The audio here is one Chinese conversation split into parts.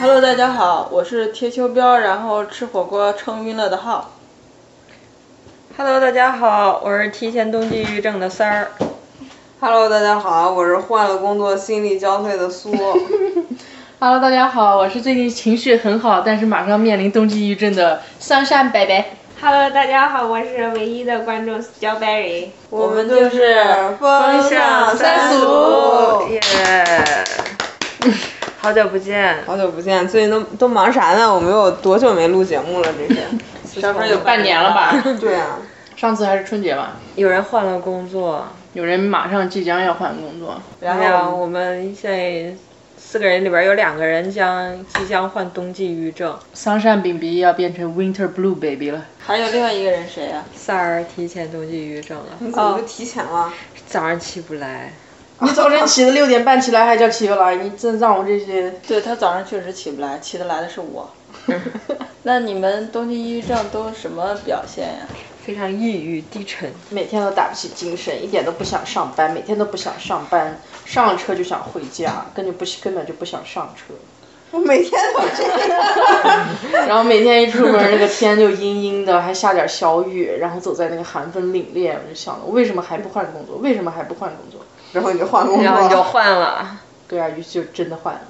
Hello，大家好，我是贴秋膘，然后吃火锅撑晕了的浩。 Hello，大家好，我是提前冬季抑郁症的三儿。 Hello，大家好，我是换了工作心力交瘁的 苏。 Hello，大家好，我是最近情绪很好，但是马上面临冬季抑郁症的桑善北北。 Hello，大家好，我是唯一的观众 Strawberry。我们们就就是是风风尚尚三三俗俗。耶、好久不见。好久不见，最近都都忙啥呢？我们有多久没录节目了？这 是少说有半年了吧？对啊， 上次还是春节吧。有人换了工作，有人马上即将要换工作，然哎呀，后我们现在四个人里边有两个人将即将患冬季抑郁症，桑善饼鼻要变成 Winter Blue Baby 了。还有另外一个人谁啊哦呀、三儿提前冬季抑郁症了，嗯你怎么就提前 了？早上起不来。你早晨起的六点半起来还叫起不来，你真让我这些对他早上确实起不来，起得来的是 我。 那你们冬季抑郁症都什么表现呀、非常抑郁低沉，每天都打不起精神，一点都不想上班，每天都不想上班，上了车就想回家，根本不根本就不想上车。我每天都这样。然后每天一出门，那个天就阴阴的，还下点小雨，然后走在那个寒风凛冽，我就想了，我为什么还不换工作？为什么还不换工作？然后你就换工作然了，后你就换了。对啊，于是就真的换了。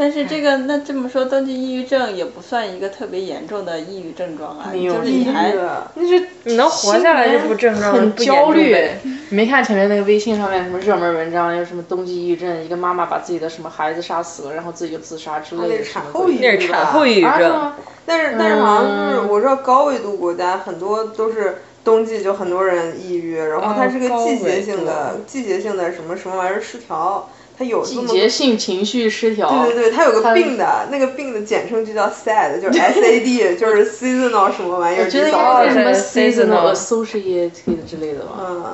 但是这个，那这么说，冬季抑郁症也不算一个特别严重的抑郁症状啊，没有啊就是你还抑郁了那是你能活下来就不症状，很不严重焦虑呗。你没看前面那个微信上面什么热门文章，有什么冬季抑郁症，一个妈妈把自己的什么孩子杀死了，然后自己就自杀之类啊那的是什产么后抑郁鬼。那吧，是产后抑郁啊，是症吗。但是但是好像嗯就是我知道高纬度国家很多都是冬季就很多人抑郁，然后哦它是个高季纬节性的度季节性的什么什么玩意儿失调，它有这季么节性情绪失调。对对对，它有个它病的，那个病的简称就叫 SAD，就是 SAD，就是 seasonal 什么玩意儿我觉得应 disorder，该是什么 Seasonal seasonal associated 之类的吧。嗯，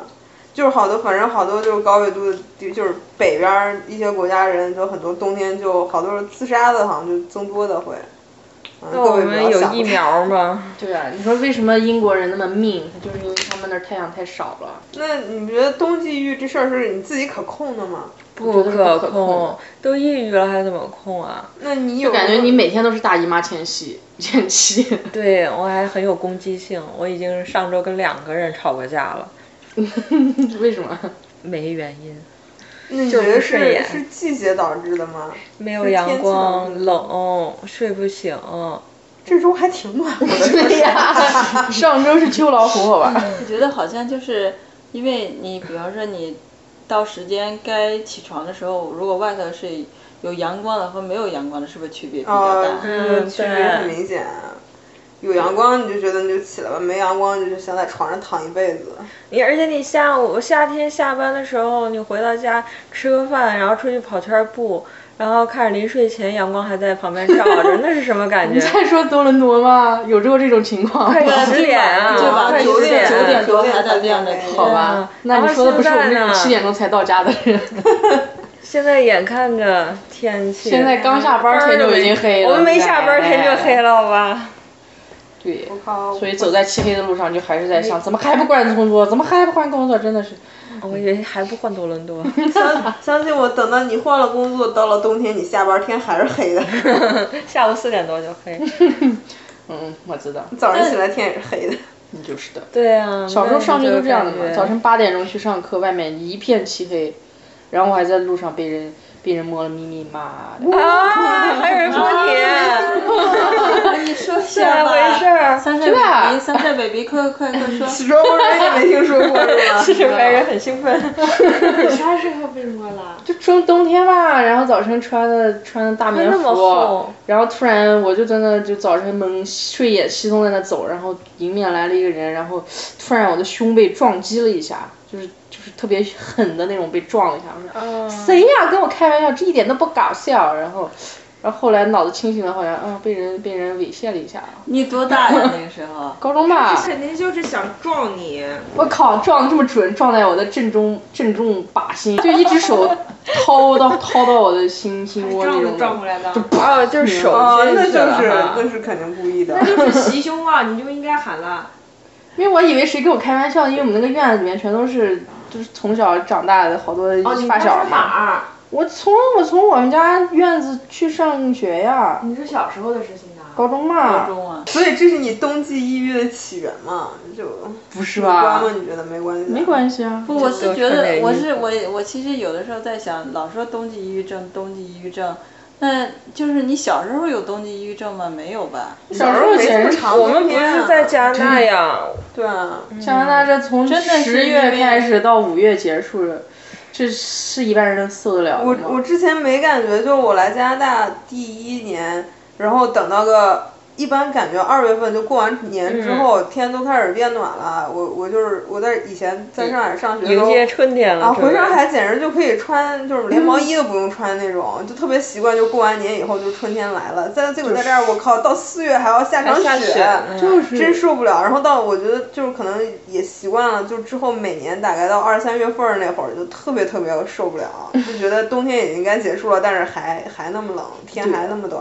就是好多，反正好多就是高纬度的地，就是北边儿一些国家人，就很多冬天就好多人自杀的，好像就增多的会。嗯那各我位不们要有想疫苗吗？对啊，你说为什么英国人那么命？就是因为他们那儿太阳太少了。 那你觉得冬季抑郁这事儿是你自己可控的吗？不觉得可不可控，都抑郁了还怎么控啊？那你有感觉哎你没有每天都是大姨妈前 夕前期，对我还很有攻击性，我已经上周跟两个人吵过架了，为什么？没原因，那你就觉是不得顺是眼是季节导致的吗？没有是天阳气导致光，的冷，睡不醒。这周还挺暖和的。对呀、 上周是秋老虎，好 吧？我觉得好像就是因为你，比方说你到时间该起床的时候，如果外头是有阳光的和没有阳光的，是不是区别比较啊，大？就是区别很对明显。有阳光你就觉得你就起来吧，没阳光你就想在床上躺一辈子。你而且你下午夏天下班的时候，你回到家吃个饭，然后出去跑圈儿步，然后看着临睡前阳光还在旁边照 着，那是什么感你觉？在说多伦多吗？有过这种情况吗？ 快十点啊，就把快九十点点九点多九点还在才晾着晾天，着好啊吧，那你说的不是我们这然种后现在呢七点钟才到家的人。现在眼看着天气，现 在刚下班天就已经黑了哎我们没下班天就黑了，好吧？对，啊我靠！所以走在漆黑的路上，就还是在想，怎么还不换工作？怎么还不换工作？真的是，我以为还不换多伦多， 相相信我，等到你换了工作，到了冬天，你下班天还是黑的， 下午四点多就 黑。嗯，我知道，早上起来天也是 黑的。你就是的。对啊，小时候上学都这样的那你就嘛，感觉早晨八点钟去上课，外面一片漆黑，然后我还在路上被人被人摸了咪咪妈的，啊，还有人说你， 你说怎么回啊事？儿？三晒真的啊 baby，三晒 baby，快快快说！ Strawberry 也没听说过是吗？这白人很兴奋，啥时候被摸了？就中冬天嘛，然后早晨穿的穿的大棉穿那么服厚，然后突然我就在那就早晨蒙睡眼惺忪在那走，然后迎面来了一个人，然后突然我的胸被撞击了一下，就是就是特别嗯哎狠的那种被撞了一下，我说、谁呀跟我开玩笑，这一点都不搞笑，然后。然后后来脑子清醒了，好像嗯被人被人猥亵了一下。？你多大 呀？那个时候高中吧，肯定就是想撞你，我靠，撞的这么准，撞在我的正中正中靶心，就一只手 掏到掏到我的心心窝那撞都种撞的。回来的，哦，就是手啊，进那去就了是哈那是肯定故意的。就是袭胸啊，你就应该喊了。因为我以为谁跟我开玩笑，因为我们那个院子里面全都是就是从小长大的好多哦，你发当时小哪嘛。儿？我从我从我们家院子去上学呀，你是小时候的事情啊呢。高中高嘛，中啊。所哎以这是你冬季抑郁的起源嘛？就不是有关啊吧吗？？你觉得没关系？没关系啊，不，我是都觉穿得内我衣是我我其实有的时候在想，老说冬季抑郁症，冬季抑郁症，那就是你小时候有冬季抑郁症吗？没有吧？小时候没这简么直长我们不篇啊是在加拿大呀，对啊，加拿大这从真的是十因月为开始到五月结束，这是一般人能受得了的我吗我之前没感觉，就我来加拿大第一年，然后等到个一般感觉二月份就过完年嗯之后，天都开始变暖了。我我就是我在以前在上海上学的时迎候。接春天了。啊，这个回上海简直就可以穿，就是连毛衣都不用穿那种，就特别习惯。就过完年以后，就春天来了。在结果在这儿，我靠，到四月还要下场下雪嗯就是真受不了。然后到我觉得就是可能也习惯了，就之后每年大概到二三月份儿那会儿就特别特别受不了，就觉得冬天也应该结束了，但是还还那么冷，天还那么短。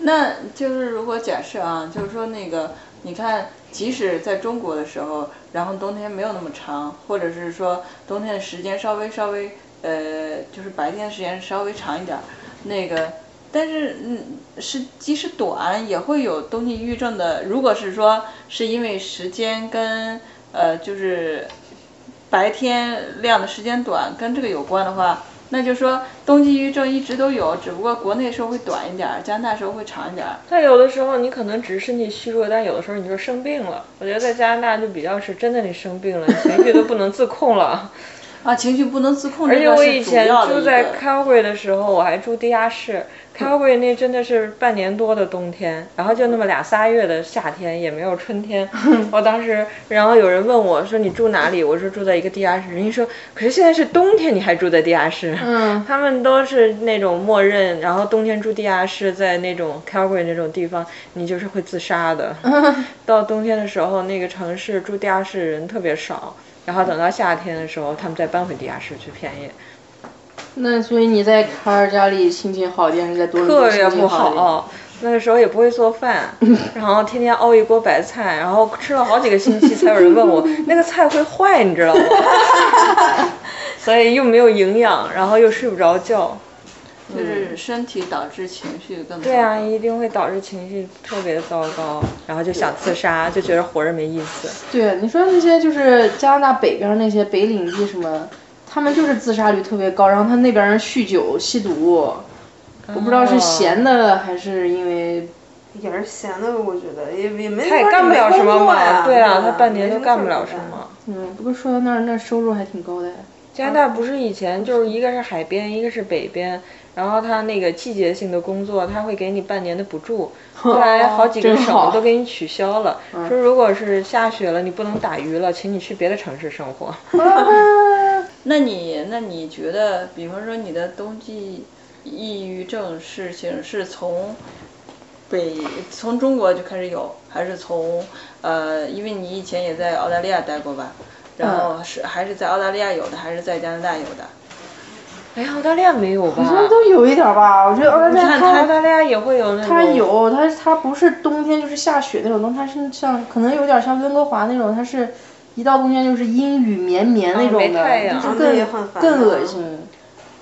那就是如果假设啊，就是说那个，你看，即使在中国的时候，然后冬天没有那么长，或者是说冬天的时间稍微稍微，呃，就是白天的时间稍微长一点儿，那个，但是嗯，是即使短也会有冬季抑郁症的。如果是说是因为时间跟呃就是白天亮的时间短跟这个有关的话，那就说冬季抑郁症一直都有，只不过国内时候会短一点儿，加拿大时候会长一点儿。但有的时候你可能只是身体虚弱，但有的时候你就是生病了。我觉得在加拿大就比较是真的你生病了，你情绪都不能自控了。啊，情绪不能自控，而且我以前就住在 Calgary 的时候，我还住地下室。Calgary 那真的是半年多的冬天，然后就那么俩仨月的夏天，也没有春天。我当时，然后有人问我说你住哪里？我说住在一个地下室。人家说可是现在是冬天，你还住在地下室？嗯，他们都是那种默认，然后冬天住地下室，在那种 Calgary 那种地方，你就是会自杀的。到冬天的时候，那个城市住地下室的人特别少，然后等到夏天的时候，他们再搬回地下室去便宜，那所以你在卡尔加里心情好一点，还是在多伦特多别心不情好一点？好。那个时候也不会做饭，然后天天熬一锅白菜，然后吃了好几个星期才有人问我那个菜会坏，你知道吗？ 所以又没有营养，然后又睡不着觉。嗯就是身体导致情绪更对啊，糟糕一定会导致情绪特别糟糕，然后就想自杀，就觉得活着没意思。对，你说那些就是加拿大北边那些北领地什么，他们就是自杀率特别高，然后他那边人酗酒、吸毒，我不知道哦是闲的还是因为也是闲的，我觉得也也没他也干不了什么嘛，对对啊，他半年没都么干事不儿了可什干么。嗯，不过说到那儿那儿收入还挺高的，加拿大不是以前就是一个是海边，一个是北边，然后他那个季节性的工作，他会给你半年的补助，后来好几个哦 真好嗯省都给你取消了，说如果是下雪了你不能打鱼了，请你去别的城市生活。嗯嗯那你那你觉得，比方说你的冬季抑郁症事情是从北从中国就开始有，还是从呃，因为你以前也在澳大利亚待过吧？然哦后是、还是在澳大利亚有的，还是在加拿大有的？哎，澳大利亚没有吧？好像都有一点儿吧。我觉嗯得澳大利亚看它澳大利亚也会有那种。它有，它它不是冬天就是下雪那种东西，它是像可能有点像温哥华那种，它是一到冬天就是阴雨绵绵那种嗯没的，太阳就是哦那也更很烦啊更的恶心。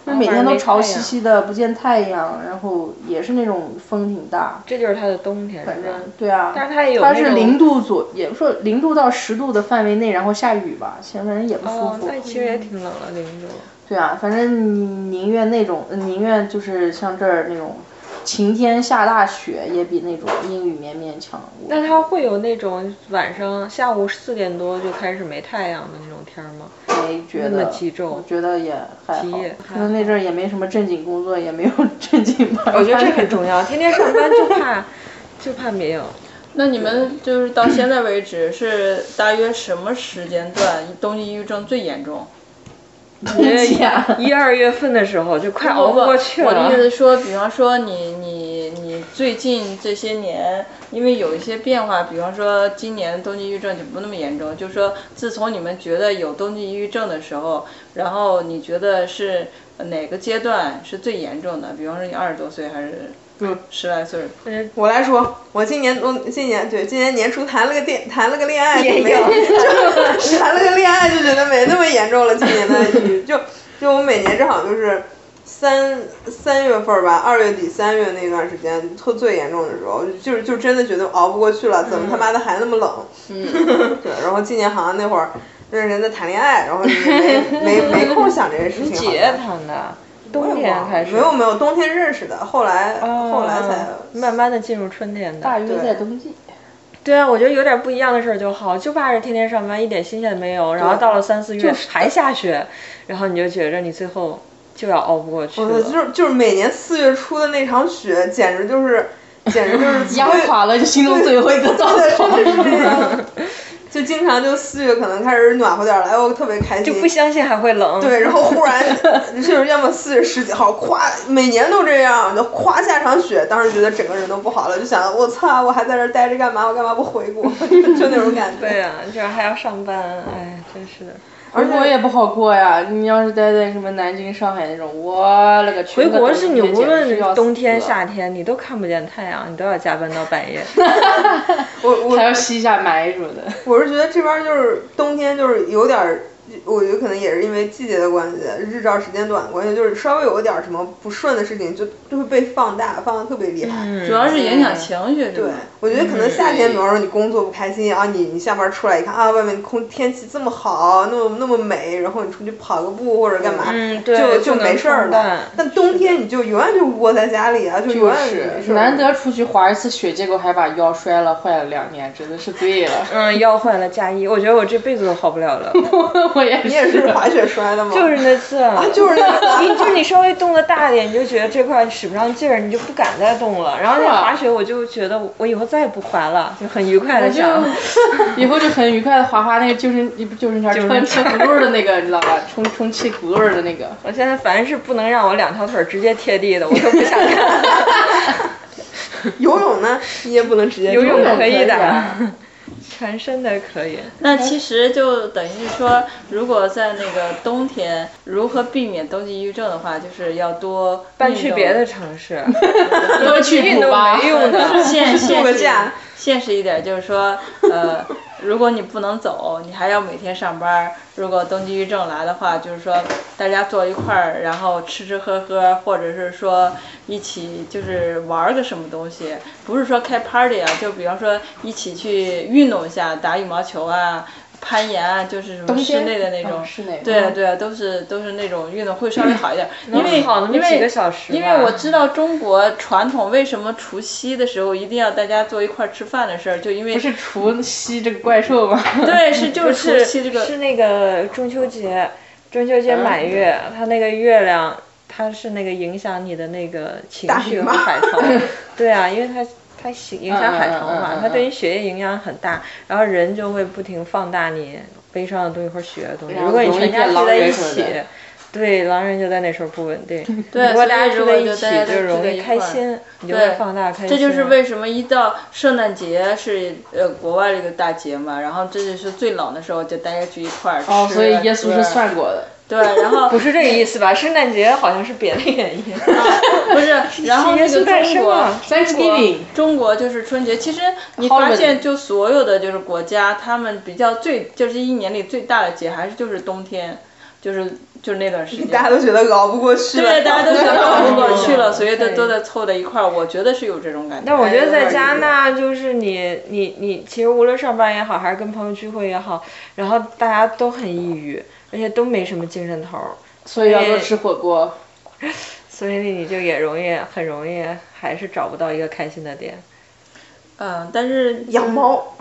就是每天都潮兮兮的，不见太阳，然后也是那种风挺大，这就是它的冬天，反是吧正？对啊。但是它也有它那是种零度左，也不说零度到十度的范围内，然后下雨吧，其实反正也不舒哦，服。那其实也挺冷了，零度。对啊，反正你宁愿那种，呃宁愿就是像这儿那种晴天下大雪，也比那种阴雨绵绵强。我但它会有那种晚上下午四点多就开始没太阳的那种天儿吗？没觉那么得，极昼我觉得也还好夜，还可能那阵儿也没什么正经工作，也没有正经班。我觉 得这很重要，天天上班就怕就怕没有。那你们就是到现在为止是大约什么时间段冬季抑郁症最严重？要。 一二月份的时候就快熬不不过去我的意思了。是说，比方说你你你最近这些年，因为有一些变化，比方说今年冬季抑郁症就不那么严重，就是说自从你们觉得有冬季抑郁症的时候，然后你觉得是哪个阶段是最严重的？比方说你二十多岁还是嗯十来岁？我来说，我今年我今年对今年年初谈了个恋谈了个恋爱，也没有就谈了个恋爱就觉得没那么严重了。今 年的抑郁就就我每年正好就是三三月份儿吧，二月底三月那段时间，特最严重的时候，就是就真的觉得熬不过去了，怎么他嗯妈的还那么冷？ 对，然后今年好像那会儿那人在谈恋爱，然后就 没没没空想这些事情。好几月像谈的？我也冬天忘了开始？没有没有，冬天认识的，后来、哦，后来才慢慢的进入春天大的。约在冬季。对啊，我觉得有点不一样的事儿就好，就怕是天天上班一点新鲜没有，然后到了三四月还下雪，然后你就觉着你最后就要熬不过去我了。就是就是每年四月初的那场雪，简直就是，简直就是 压垮了就心中最后一个稻草。 就经常就四月可能开始暖和点儿了，哎呦特别开心。就不相信还会冷。对，然后忽然就是要么四月十几号，咵，每年都这样，就咵下场雪，当时觉得整个人都不好了，就想我操，我还在这儿待着干嘛？我干嘛不回国？ 就那种感觉。对啊，就是还要上班，哎，真是的。回国也不好过呀，你要是待在什么南京、上海那种，我勒个去！回国是你无论冬天、天。夏天，你都看不见太阳，你都要加班到半夜。我我还要吸一下霾什么的。我是觉得这边儿就是冬天就是有点儿，我觉得可能也是因为季节的关系，日照时间短的关系，就是稍微有一点儿什么不顺的事情就就会被放大，放的特别厉害。嗯主要是影响情绪，是吧对？，我觉得可能夏天，比方说你工作不开心啊，你你下班出来一看啊，外面空天气这么好，那么那么美，然后你出去跑个步或者干嘛，嗯对就不就能没事儿冲淡了。但冬天你就永远就窝在家里啊，就永就远没事是儿 难得出去滑一次雪，结果还把腰摔了，坏了两年，真的是醉了。嗯，腰坏了加一，我觉得我这辈子都好不了了。我也 你也是滑雪摔的吗？就是那次啊，就是 那次啊你就是你稍微动的大一点，你就觉得这块使不上劲儿，你就不敢再动了。然后那是啊滑雪，我就觉得我以后再也不滑了，就很愉快的就想， 以后就很愉快的滑滑那个救生救生圈，穿生圈穿轱辘的那个，你知道吧？充充气轱辘的那个。我现在凡是不能让我两条腿儿直接贴地的，我都不想看。游泳呢，你也不能直接游泳冲可以可以的啊，全身的可以。那其实就等于是说，如果在那个冬天，如何避免冬季抑郁症的话，就是要多搬运去动别的城市，多去运古动巴 没用 的。呃现现个实假现实一点就是说，呃，如果你不能走，你还要每天上班儿。如果冬季抑郁症来的话，就是说大家坐一块儿，然后吃吃喝喝，或者是说一起就是玩儿个什么东西，不是说开 party 啊，就比方说一起去运动一下，打羽毛球啊。攀岩啊，就是什么室天内的那种，哦室内对嗯对，啊都是都是那种运动会稍微好一点，因嗯为好那么因为几个小时啊因吧为我知道中国传统为什么除夕的时候一定要大家坐一块儿吃饭的事儿，就因为不是除夕这个怪兽吗？对是就就是除夕这是个那个中秋节，中秋节满月，它那个月亮，它是那个影响你的那个情绪大姨和妈海潮。 对啊，因为它它影影响海潮嗯嗯嗯嘛嗯，嗯它对你血液影响很大，然后人就会不停放大你悲伤的东西或者血的东西。然后如果你容易全家变聚狼在人一什么起的。对，狼人就在那时候不稳定。对如果大家所以住如在果一起就大家，就都容住在易一开块儿心，你就会对放大开心。这就是为什么一到圣诞节是呃国外的一个大节嘛，然后这就是最冷的时候就大家聚一块儿吃。哦，所以啊耶稣喝是算过的。对，然后不是这个意思吧？圣诞节好像是别的原因。不是，啊然后那耶稣个诞生中国了。 Thanksgiving，中国就是春节，其实你发现，就所有的就是国家，他们比较最就是一年里最大的节还是就是冬天，就是就是那段时间， 大家都觉得熬不过去了。对大家都觉 得熬不过去了，嗯所以都对都在凑在一块儿，我觉得是有这种感觉。但我觉得有在点加意思拿大，就是你你你，其实无论上班也好，还是跟朋友聚会也好，然后大家都很抑郁，而且都没什么精神头儿，所以要多吃火锅。所以你就也容易很容易还是找不到一个开心的点。嗯，但是养猫。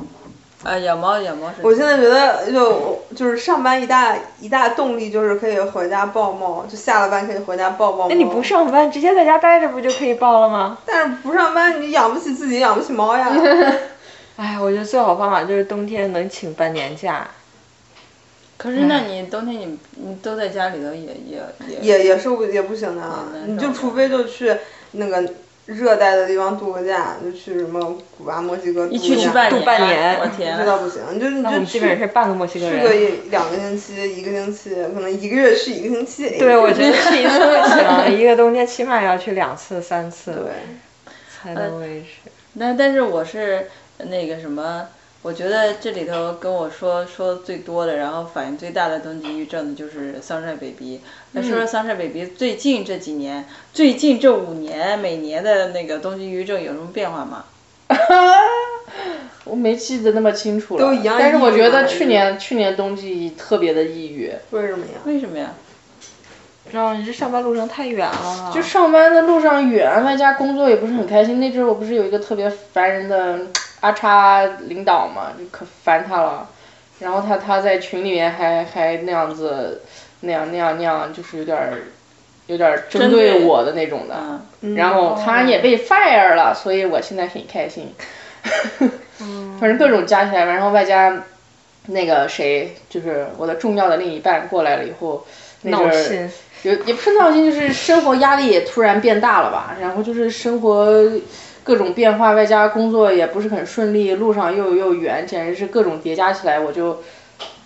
啊，养猫养猫是，我现在觉得就就是上班一大一大动力就是可以回家抱猫，就下了班可以回家抱抱猫。那哎你不，上班，直接在家待着不就可以报了吗？但是不上班你养不起自己，养不起猫 呀。哎，我觉得最好方法就是冬天能请半年假。可是那你冬天你你都在家里头也也也也也是不也不行的啊难，你受就除非就去那个热带的地方度个假，你就去什么古巴、墨西哥度个去假去半度年半我这倒天，不行，你就你那我就们基本上是去半个墨西哥去个人。一两个星期、一个星期，可能一个月去一个星期。对，我觉得去一次不 行，一个冬天起码要去两次、三次对，才能维持。那但是我是那个什么，我觉得这里头跟我说说最多的，然后反应最大的登记抑郁症的就是桑晒 baby。那嗯说说桑晒 baby 最近这几年，最近这五年每年的那个冬季抑郁症有什么变化吗？我没记得那么清楚了，都一样但是我抑郁觉得嘛去年去年冬季特别的抑郁，为什么呀？为什么呀？然后哦你这上班路程太远了，啊就上班的路上远，外加工作也不是很开心。那阵儿我不是有一个特别烦人的阿叉领导嘛，就可烦他了。然后他他在群里面还还那样子，那样那样那样，就是有点儿，有点儿针针对对我的那种的。嗯啊，然哦后他也被 fire 了，所以我现在很开心。嗯 反正各种加起来，然后外加那个谁，就是我的重要的另一半过来了以后，那闹阵儿心。有也不是闹心，就是生活压力也突然变大了吧，然后就是生活各种变化，外加工作也不是很顺利，路上又又远，简直是各种叠加起来，我就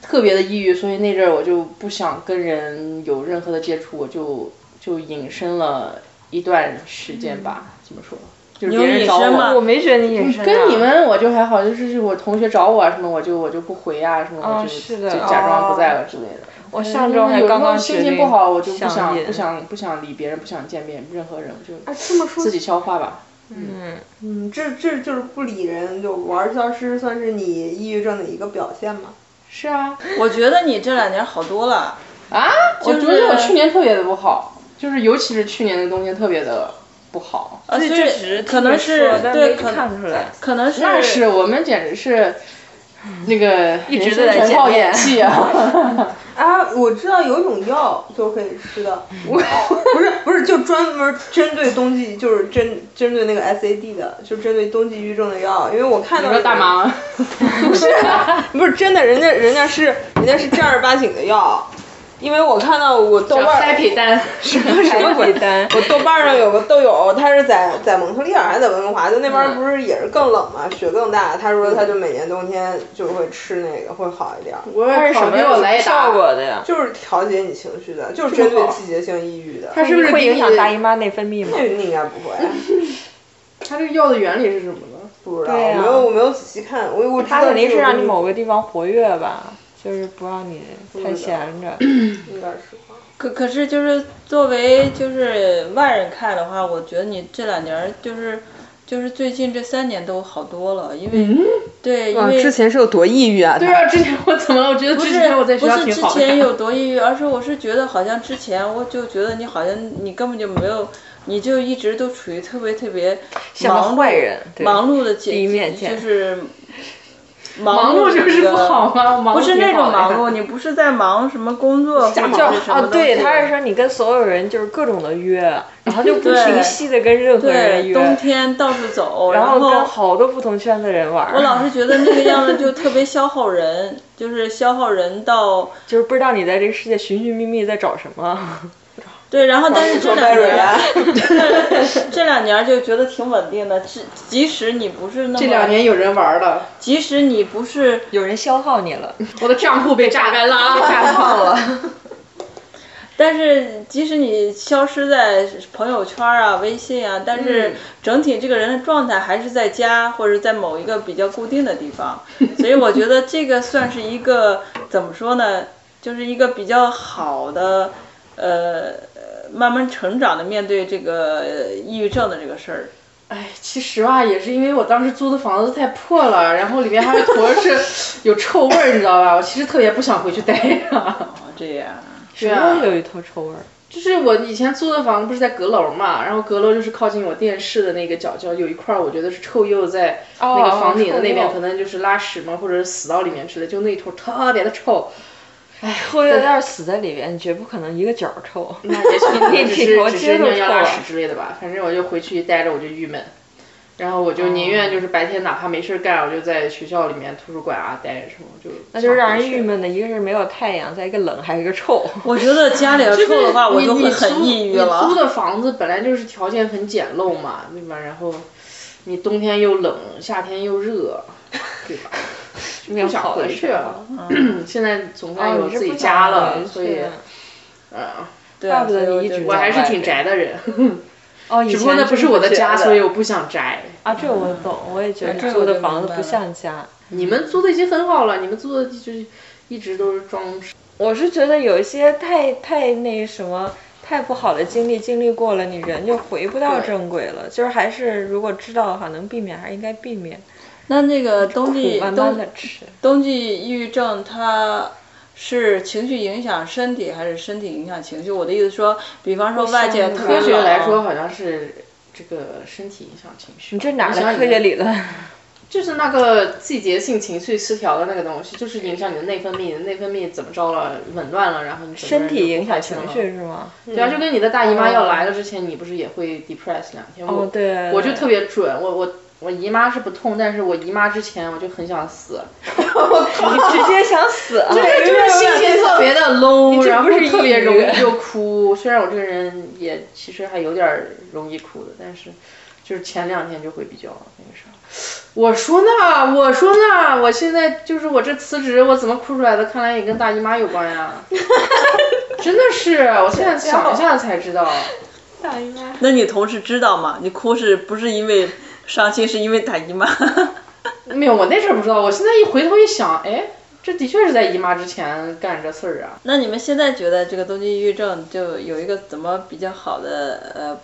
特别的抑郁，所以那阵儿我就不想跟人有任何的接触，我就就隐身了一段时间吧，怎么说？就是别人隐找身吗我，我没觉得你隐身啊。跟你们我就还好，就是我同学找我啊什么，我就我就不回啊什么，我哦就是就的假装不在了之类的。我上周还刚刚决有时候心情定不好，我就不上想瘾不想不想理别人，不想见面任何人，我就啊，这么说自己消化吧。嗯，嗯，这这就是不理人，就玩消失，算是你抑郁症的一个表现嘛？是啊，我觉得你这两年好多了。我就觉得我是去年特别的不好，就是尤其是去年的冬天特别的不好。啊，所这只是可能是听你说但对，没可看出来。可能是那是我们简直是那个一直都在见靠面演技啊！啊，我知道有一种药就可以吃的，嗯我不是不是，就专门针对冬季，就是针针对那个 SAD 的，就针对冬季抑郁症的药，因为我看你到说有大人 麻吗？不是， 不是真的，人家人家是人家是正儿八经的药，因为我看到我豆瓣儿塞皮丹 是什么鬼海底丹哦我豆瓣儿上有个豆友，他是在在蒙特利尔还是在温哥华，就那边儿嗯不是也是更冷嘛，雪更大。他说他就每年冬天就会吃那个，会好一点儿，它是什么给我来一效打？果的呀？就是调节你情绪的，就是针对季节性抑郁的。它是不是会给影你响大姨妈内分泌吗那？那应该啊不 会，它这个药的原理是什么呢？不知道，对我啊没有我没有仔细看，我我知道它肯定这是让你东西某个地方活跃吧，就是不让你太闲着。嗯应该是 吧。可可是就是作为就是外人看的话，我觉得你这两年儿就是就是最近这三年都好多了，因为、嗯对，因为前是有多抑郁啊？对啊，之前我怎么了？我觉得不之是前我在学不校是挺之好的。前有多抑郁，而是我是觉得好像之前我就觉得你好像你根本就没有，你就一直都处于特别特别像个忙坏碌人，对忙碌的阶一面见就是 忙忙碌就是的不好吗？ 忙不碌是挺那种好的忙碌，你不是在忙什么工作或者就是啊什么哦，东对，西他是说你跟所有人就是各种的约，然后就不停息的跟任何人对，冬约，天到处走，然然后跟后好多不同圈的人玩我儿，老是觉得那个样子就特别消耗人，就是消耗人到就是不知道你在这个世界寻寻觅觅在找什么。对，然后但是这说啊两白年了， 这两年就觉得挺稳定的，即即使你不是那么，这两年有人玩了，即使你不是有人消耗你了， 我的账户被榨干了啊，太榨胖干了。了。但是即使你消失在朋友圈啊、微信啊，但是嗯整体这个人的状态还是在家或者在某一个比较固定的地方，所以我觉得这个算是一个怎么说呢，就是一个比较好的，呃，慢慢成长的面对这个呃抑郁症的这个事儿。哎， 其实吧，也是因为我当时租的房子太破了，然后里面还有坨是 有臭味儿，你知道吧？我其实特别不想回去待着。哦，这样。对然啊后，有一坨臭味儿。 就是我以前租的房子不是在阁楼嘛，然后阁楼就是靠近我电视的那个角角有一块，儿，我觉得是臭鼬在那个房顶的那边，臭鼬可能就是拉屎嘛，或者是死到里面之类，就那一坨特别的臭。 臭鼬要是死在里边，你绝不可能一个角儿 臭。那也你许只这坨是只接是都尿尿臭拉了屎之类的吧，反正我就回去一待着我就郁闷。然后我就宁哦愿就是白天哪怕没事儿干，我就在学校里面图书馆啊待着什么，就那就是让人郁。闷的，一个是没有太阳，再一个冷，还有一个臭。我觉得家里要就是臭的啊话，我你就你会租很抑郁你租了。的房子本来就是条件很简陋嘛，对吧？然后你冬天又冷，夏天又热，对吧？就 不想回去了。现在总算哦有你是自己不想家了，回所去以啊呃，对怪啊，不得所你以一就直觉我得还是在挺外宅的人， 哦，以前只不过那不真是我的觉家，得所以我不想宅。啊，这我懂，我也觉得这租我的就房明子白不了像家。你们租的已经很好了，你们租的就是一直都是装饰。我是觉得有一些太太那什么。太不好的经历经历过了，你人就回不到对正轨了。就是还是如果知道的话，能避免还是应该避免，那那个冬季苦慢慢冬的吃。冬季抑郁症它是情绪影响身体，还是身体影响情绪？我的意思说，比方说外界特啊别科学冷来说，好像是这个身体影响情绪。你这哪影来响你科的学理论？就是那个季节性情绪失调的那个东西，就是影响你的内分泌，你的内分泌怎么着了，紊乱了，然后你整个身人体就不影响开心情了绪是吗？对啊，嗯就跟你的大姨妈要来了之前，你不是也会 depress 两天？我哦，对，嗯我就特别准，我我我姨妈是不痛，但是我姨妈之前我就很想死，我靠，直接想死啊！就是就是心情特别的 low，这然后不是特抑别郁容易就哭。虽然我这个人也其实还有点儿容易哭的，但是就是前两天就会比较那个啥。我说呢，我说呢，我现在就是我这辞职，我怎么哭出来的？看来也跟大姨妈有关 呀。真的是，我现在想一下才知道。大姨妈，那你同事知道吗？你哭是不是因为伤心，是因为大姨妈？没有，我那阵儿不知道，我现在一回头一想，哎，这的确是在姨妈之前干这事儿啊。 那你们现在觉得这个冬季抑郁症就有一个怎么比较好的呃，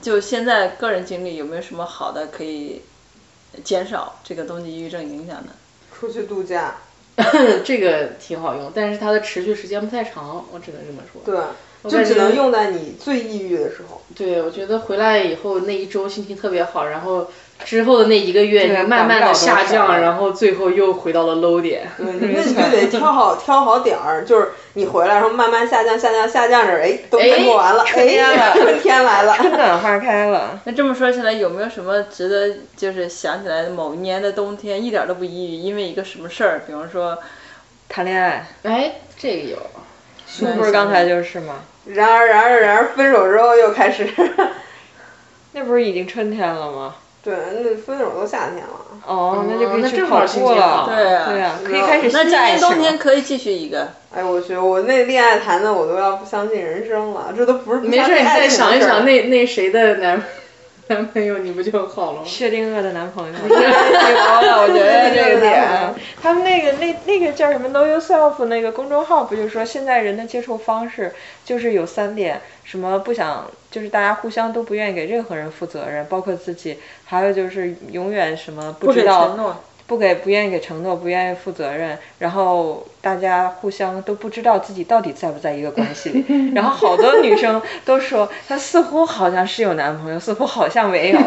就现在个人经历有没有什么好的可以减少这个冬季抑郁症影响呢？出去度假，这个挺好用，但是它的持续时间不太长，我只能这么说。对，就感只觉能用在你最抑郁的时 候。对，我觉得回来以后那一周心情特别好，然后之后的那一个月对你慢管慢不了的多少下降，然后最后又回到了 low 点。那你就得挑好挑好点儿，就是你回来然后慢慢下降下降下降着，哎，冬天过完了，哎，天了春天来了，春暖花开了，那这么说起来，有没有什么值得就是想起来某一年的冬天一点儿都不抑郁，因为一个什么事儿？比方说，谈恋爱，哎，这个有，是不是刚才就是吗？然而然而然而分手之后又开始，那不是已经春天了吗？对，那分手都夏天了，哦，那就可以嗯那去正跑好心步情了，好对啊对啊，可以开始那新今的爱年情冬天了。可以继续一个。哎，我去，我那恋爱谈的我都要不相信人生了，这都不是没事儿，你再想一那想那那谁的男男朋友，你不就好了吗？薛定谔的男朋 友， 了，啊我觉得这个点，啊他们那个那那个叫什么 Know Yourself 那个公众号不就说现在人的接触方式就是有三点，什么不想就是大家互相都不愿意给任何人负责任，包括自己，还有就是永远什么不知道承诺，不给不愿意给承诺，不愿意负责任，然后大家互相都不知道自己到底在不在一个关系里。 然后好多女生都说她似乎好像是有男朋友，似乎好像没有。